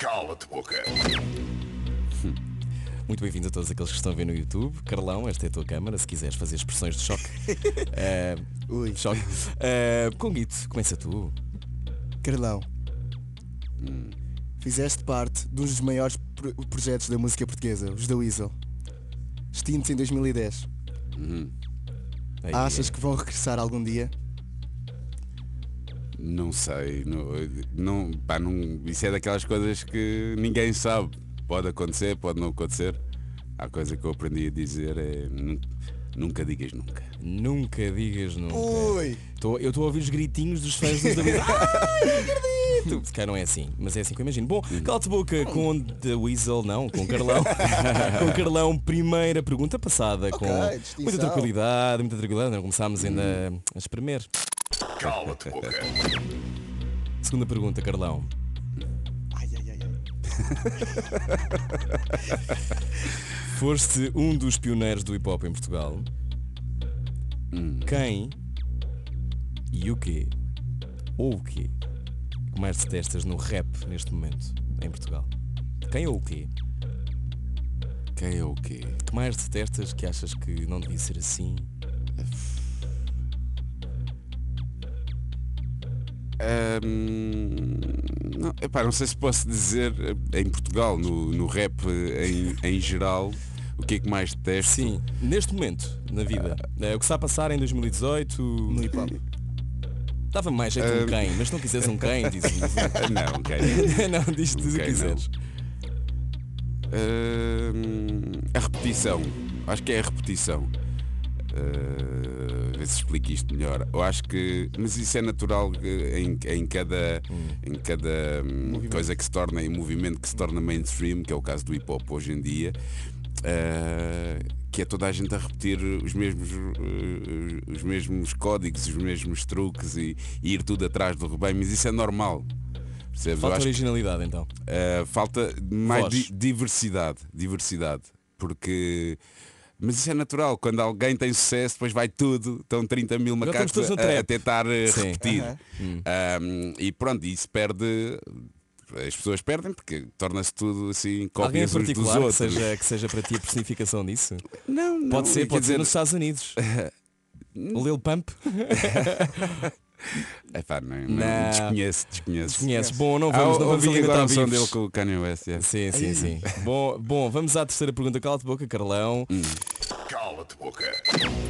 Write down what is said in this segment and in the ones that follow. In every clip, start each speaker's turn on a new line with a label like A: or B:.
A: Cala-te, boca.
B: Muito bem-vindos a todos aqueles que estão a ver no YouTube. Carlão, esta é a tua câmara, se quiseres fazer expressões de choque. Eh,
C: Ui,
B: choque. Eh, Conguito, começa tu.
C: Carlão. Hum. Fizeste parte de um dos maiores pro- projetos da música portuguesa, os da Weasel. Extintos em 2010.
B: Aí,
C: Achas que vão regressar algum dia?
A: Não sei. Não, não, pá, não, isso é daquelas coisas que ninguém sabe. Pode acontecer, pode não acontecer. A coisa que eu aprendi a dizer é nu- nunca digas nunca.
B: Nunca digas nunca.
C: Ui.
B: Tô- eu estou a ouvir os gritinhos dos fãs dos David. Ai, não acredito! Se calhar não é assim, mas é assim que eu imagino. Bom,
C: Hum.
B: cala-te boca com The Weasel, não, com Carlão. com Carlão, primeira pergunta passada com
C: distinção. Hum.
B: muita tranquilidade, muita tranquilidade. Não começámos ainda a espremer.
A: Cala-te, boca.
B: Segunda pergunta, Carlão. Foste um dos pioneiros do hip hop em Portugal. Quem e o quê? Ou o quê? Que mais detestas no rap neste momento em Portugal? Quem ou o quê?
A: Quem é o quê?
B: Que mais detestas que achas que não devia ser assim?
A: Ahm, não, epá, não sei se posso dizer eh, em Portugal, no, no rap eh, em, em geral, o que é que mais detesto.
B: Sim, neste momento, na vida.
A: Ah.
B: É, o que está a passar em 2018. No hip hop. Dava mais jeito
A: Ah.
B: um quem, mas se não quiseres um quem, diz
A: Não, ok.
B: não, diz, diz o que
A: Ok,
B: quiseres.
A: Ahm, a repetição. Acho que é a repetição. Ah, Vê se explico isto melhor. Eu acho que. Mas isso é natural eh, em, em cada, em cada hum, coisa que se torna, em movimento que se torna mainstream, que é o caso do hip hop hoje em dia. ah, que é toda a gente a repetir os mesmos, eh, os mesmos códigos, os mesmos truques e, e ir tudo atrás do rebanho, mas isso é normal. Percebes? Eu
B: Falta
A: acho que-
B: originalidade então.
A: Uh, falta mais
B: Voz.
A: di- diversidade, diversidade, porque mas isso é natural, quando alguém tem sucesso, depois vai tudo, estão 30
B: Já
A: mil
B: estamos
A: macacos
B: todos no
A: a, a
B: trap.
A: tentar uh,
B: Sim. Hum.
A: repetir.
C: Aham.
A: Um, e pronto, isso perde, as pessoas perdem porque torna-se tudo assim
B: Alguém em
A: cópias uns dos
B: particular que
A: outros.
B: seja, que seja para ti a personificação disso?
A: Não, não,
B: Pode ser,
A: quer
B: pode
A: dizer,
B: ser nos Estados Unidos. O Lil Pump?
A: epá, não, não,
B: Não.
A: desconheço, desconheço.
B: Desconhece. Bom, não
A: Ah,
B: vamos, não vamos
A: ouvi
B: alimentar
A: agora o som
B: bifes.
A: dele com o Kanye West. yeah.
B: Sim, sim, sim. bom, bom, vamos à terceira pergunta. Cala-te boca, Carlão.
A: Hum. Cala-te, boca.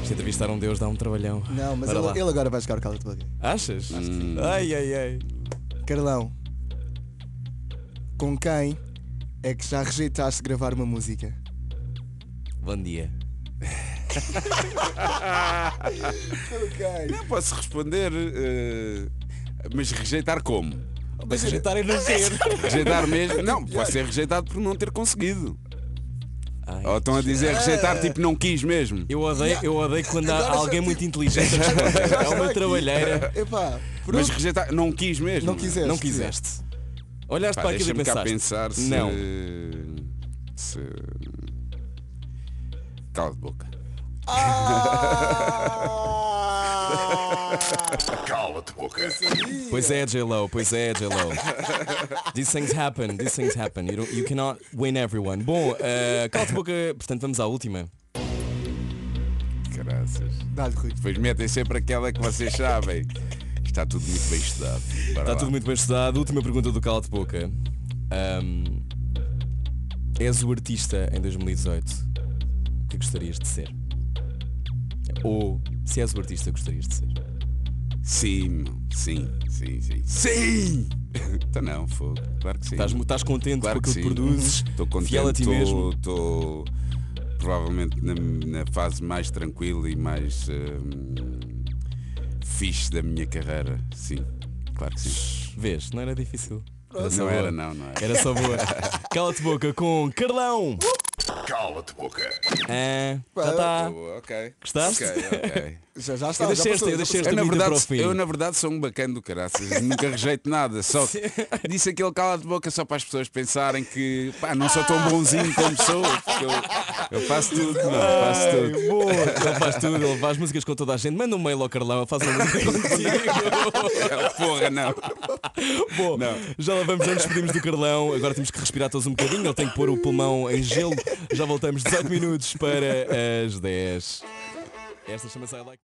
B: Se entrevistar um Deus dá um trabalhão.
C: Não, mas
B: Bora
C: ele,
B: lá.
C: ele agora vai jogar o cala de boca.
B: Achas? Hum. Ai, ai, ai.
C: Carlão, com quem é que já rejeitaste gravar uma música?
B: Bom dia.
C: Ok.
A: Não posso responder, eh, mas rejeitar como?
B: Mas rejeitar é não ser.
A: Rejeitar mesmo? Não, pode ser rejeitado por não ter conseguido.
B: Ai.
A: Ou estão a dizer rejeitar tipo não quis mesmo.
B: Eu odeio, eu odeio quando há alguém muito inteligente a responder. É uma trabalheira.
C: Eh, Epá, pronto.
A: Mas rejeitar não quis mesmo.
C: Não quiseste.
B: Não quiseste. Olhaste
A: Pá,
B: para aquilo e
A: deixa-me cá
B: pensaste.
A: pensar se.
B: Não.
A: se... Cala de boca.
C: Ah!
A: Cala de boca.
B: Pois é, J-Lo, pois é, J-Lo. these things happen, these things happen. You, don't- you cannot win everyone. Bom, eh, cala-te boca, portanto vamos à última.
A: Graças.
C: Dá-lhe Rui.
A: Depois metem sempre aquela que vocês sabem. Está tudo muito bem estudado. Bora
B: Está
A: lá.
B: tudo muito bem estudado. Última pergunta do cala-te boca. Ahm, és o artista em 2018 que gostarias de ser? Ou se és o artista que gostarias de ser?
A: Sim, meu. sim, sim, sim. Sim! Então não, fogo. Claro que sim.
B: Estás, estás contente
A: claro
B: com aquilo que produzes?
A: Estou
B: fiel a ti
A: contente,
B: mesmo?
A: estou provavelmente na, na fase mais tranquila e mais hum, fixe da minha carreira. Sim, claro que sim.
B: Vês, não era difícil. Era só
A: Não
B: boa.
A: era, não, não era.
B: Era só boa. Cala-te boca com Carlão!
D: Cala-te boca.
B: Ah, já
C: Pá,
B: está.
A: Boa, ok.
B: Gostaste?
A: Ok, ok.
C: Já, já está.
B: Eu
C: já
B: deixei
C: passou,
B: esta, eu deixei
C: já passou.
B: esta
A: Eu na,
B: medida
A: verdade,
B: para o fim.
A: eu, na verdade, sou um bacana do caraças. Nunca rejeito nada. Só que disse aquele cala de boca só para as pessoas pensarem que pá, não sou tão bonzinho como sou. porque Eu, eu faço tudo, não, faço tudo.
B: Ai, boa. Ele faz tudo, ele faz músicas com toda a gente. Manda um mail ao Carlão, ele faz uma música contigo.
A: É Porra, não.
B: Bom, já lá vamos, já nos despedimos do Carlão. Agora temos que respirar todos um bocadinho. Ele tem que pôr o pulmão em gelo. Já voltamos 18 minutos para as 10. Esta chama-se I Like.